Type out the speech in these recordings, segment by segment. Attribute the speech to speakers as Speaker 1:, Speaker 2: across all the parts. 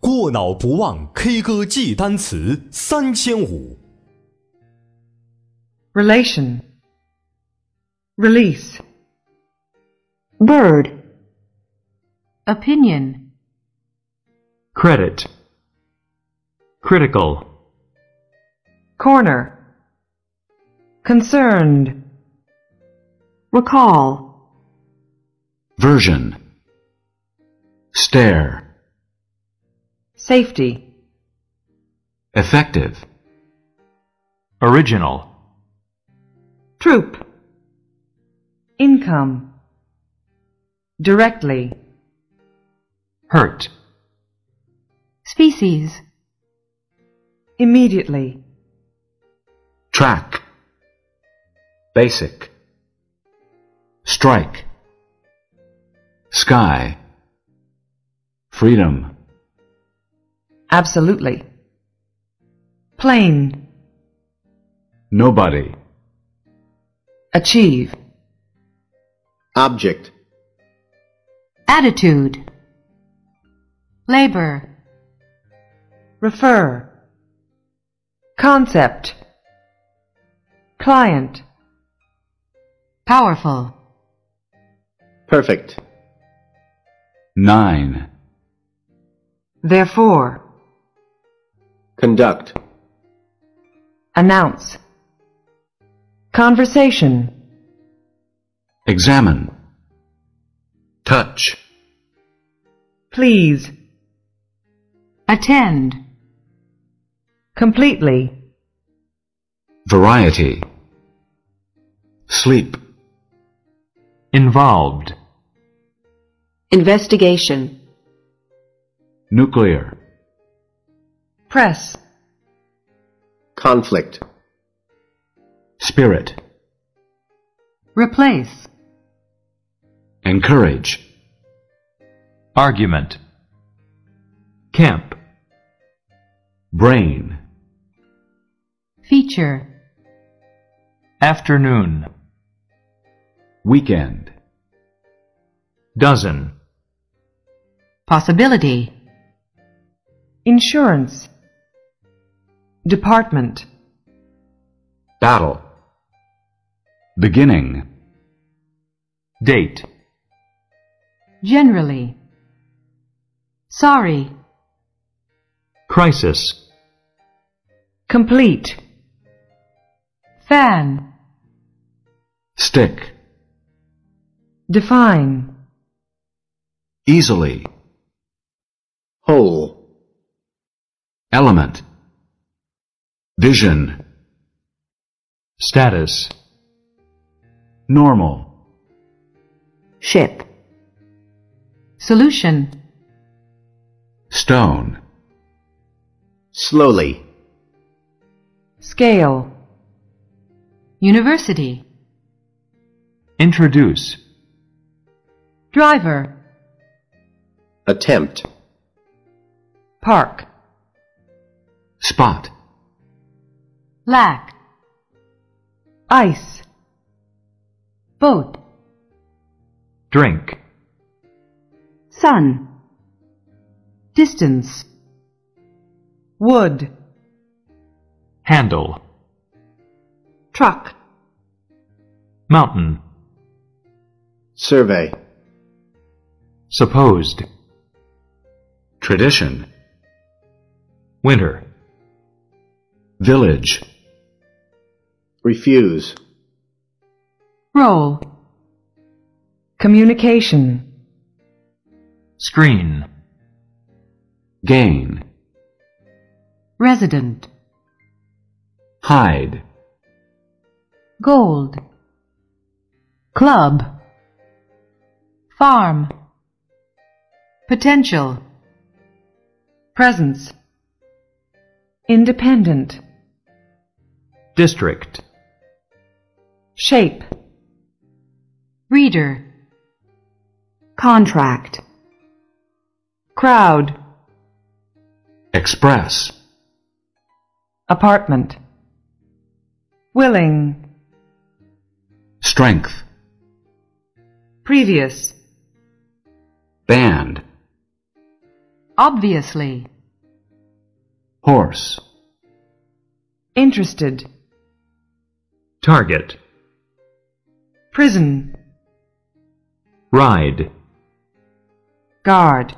Speaker 1: 过脑不忘 K 歌记单词三千五。
Speaker 2: relation, release, bird, opinion,
Speaker 3: credit, critical,
Speaker 2: corner, concerned, recall,
Speaker 3: version, stare,
Speaker 2: safety,
Speaker 3: effective, original,
Speaker 2: troop, income, directly,
Speaker 3: hurt,
Speaker 2: species, immediately,
Speaker 3: track, basic, strike, sky, freedom,
Speaker 2: absolutely, plain,
Speaker 3: nobody,
Speaker 2: achieve,
Speaker 4: object,
Speaker 2: attitude, labor, refer, concept, client, powerful,
Speaker 4: perfect,
Speaker 3: nine,
Speaker 2: therefore,
Speaker 4: conduct,
Speaker 2: announce, conversation,
Speaker 3: examine, touch,
Speaker 2: please, attend, completely,
Speaker 3: variety, sleep, involved,
Speaker 2: investigation,
Speaker 3: nuclear,
Speaker 2: press,
Speaker 4: conflict,
Speaker 3: spirit,
Speaker 2: replace,
Speaker 3: encourage, argument, camp, brain,
Speaker 2: feature,
Speaker 3: afternoon, weekend, dozen,
Speaker 2: Possibility. Insurance. Department.
Speaker 3: battle, beginning, date,
Speaker 2: Generally. Sorry.
Speaker 3: crisis,
Speaker 2: Complete. Fan.
Speaker 3: stick,
Speaker 2: Define.
Speaker 3: easily,
Speaker 4: whole,
Speaker 3: element, vision, status, normal,
Speaker 2: Ship. Solution.
Speaker 3: stone,
Speaker 4: slowly,
Speaker 2: Scale. University.
Speaker 3: introduce,
Speaker 2: Driver.
Speaker 4: attempt,
Speaker 2: Park.
Speaker 3: spot,
Speaker 2: Lack. Ice. Boat.
Speaker 3: drink,
Speaker 2: Sun. Distance. Wood.
Speaker 3: handle,
Speaker 2: Truck.
Speaker 3: mountain,
Speaker 4: survey,
Speaker 3: supposed, tradition, winter, village,
Speaker 4: refuse,
Speaker 2: Roll. Communication.
Speaker 3: screen, gain,
Speaker 2: Resident.
Speaker 3: hide,
Speaker 2: Gold. Club. Farm. Potential. Presence. Independent.
Speaker 3: district,
Speaker 2: Shape. Reader. Contract. Crowd.
Speaker 3: express,
Speaker 2: Apartment. Willing.
Speaker 3: strength,
Speaker 2: Previous.
Speaker 3: band,
Speaker 2: Obviously.
Speaker 3: horse,
Speaker 2: interested,
Speaker 3: target,
Speaker 2: prison,
Speaker 3: ride,
Speaker 2: guard,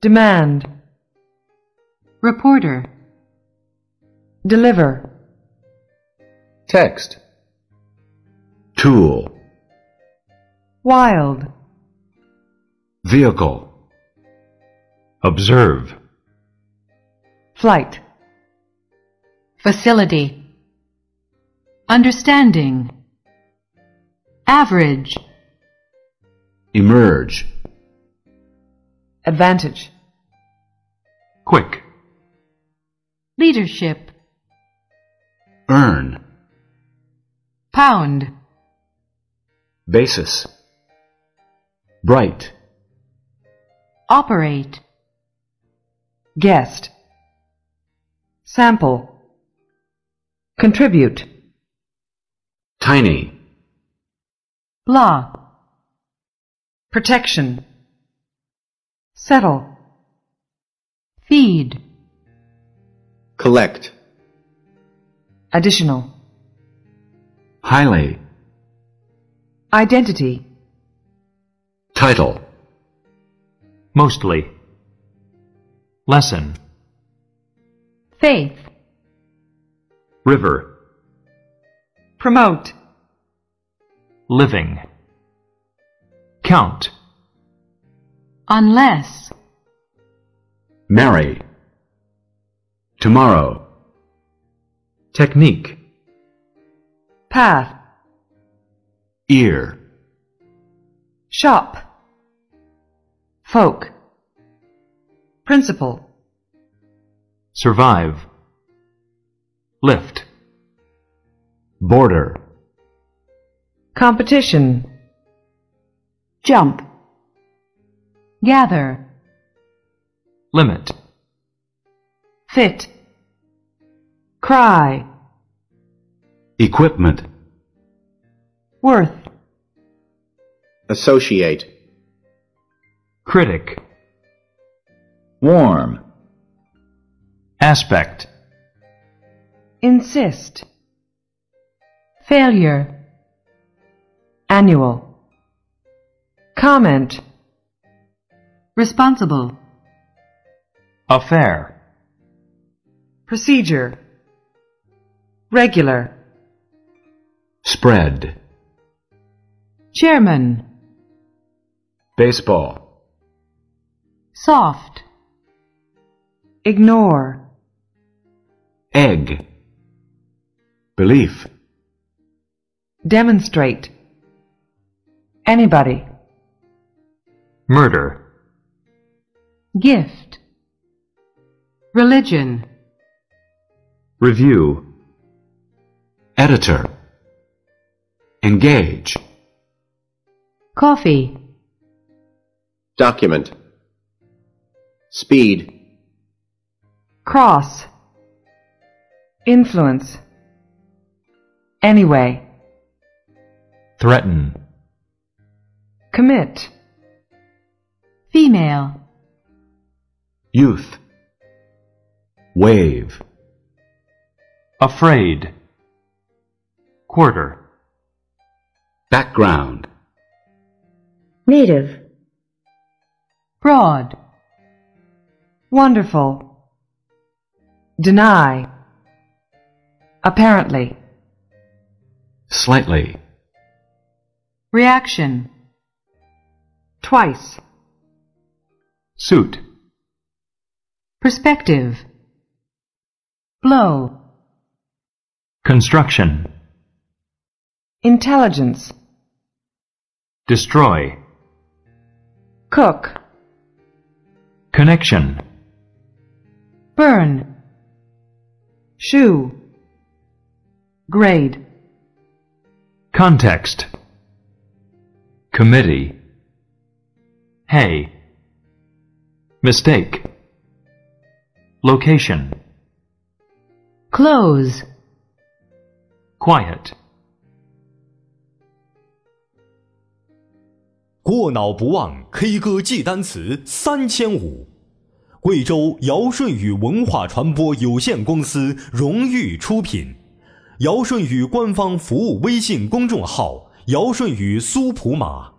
Speaker 2: demand, reporter, deliver,
Speaker 3: text,
Speaker 4: tool,
Speaker 2: wild,
Speaker 3: vehicle, observe,
Speaker 2: flight, facility, understanding, average,
Speaker 3: emerge,
Speaker 2: advantage,
Speaker 3: quick,
Speaker 2: leadership,
Speaker 3: earn,
Speaker 2: pound,
Speaker 3: basis, bright,
Speaker 2: operate, guest, sample, contribute,
Speaker 3: tiny,
Speaker 2: law, protection, settle, feed,
Speaker 4: collect,
Speaker 2: additional,
Speaker 3: highly,
Speaker 2: identity,
Speaker 3: title, mostly, lesson,
Speaker 2: faith,
Speaker 3: river,
Speaker 2: promote,
Speaker 3: living, count,
Speaker 2: unless,
Speaker 3: marry, tomorrow, technique,
Speaker 2: path,
Speaker 3: ear,
Speaker 2: shop, folk, principle,
Speaker 3: survive, lift, border,
Speaker 2: competition, jump, gather,
Speaker 3: limit,
Speaker 2: fit, cry,
Speaker 3: equipment,
Speaker 2: worth,
Speaker 4: associate,
Speaker 3: critic, warm, aspect,
Speaker 2: insist, failure, annual, comment, responsible,
Speaker 3: affair,
Speaker 2: procedure, regular,
Speaker 3: spread,
Speaker 2: chairman,
Speaker 3: baseball.
Speaker 2: soft, ignore,
Speaker 3: egg, belief,
Speaker 2: demonstrate, anybody,
Speaker 3: murder,
Speaker 2: gift, religion,
Speaker 3: review, editor, engage,
Speaker 2: coffee,
Speaker 4: document, speed,
Speaker 2: cross, influence, anyway,
Speaker 3: threaten,
Speaker 2: commit, female,
Speaker 3: youth, wave, afraid, quarter, background,
Speaker 2: native, broad, wonderful, deny, apparently,
Speaker 3: slightly,
Speaker 2: reaction, twice,
Speaker 3: suit,
Speaker 2: Perspective. Blow.
Speaker 3: construction,
Speaker 2: Intelligence.
Speaker 3: destroy,
Speaker 2: Cook.
Speaker 3: connection,
Speaker 2: Burn. Shoe. Grade.
Speaker 3: context, committee, hay, mistake, location,
Speaker 2: Close.
Speaker 3: quiet.
Speaker 1: 过脑不忘 K 歌记单词三千五，贵州尧舜禹文化传播有限公司荣誉出品，尧舜禹官方服务微信公众号：尧舜禹苏普码。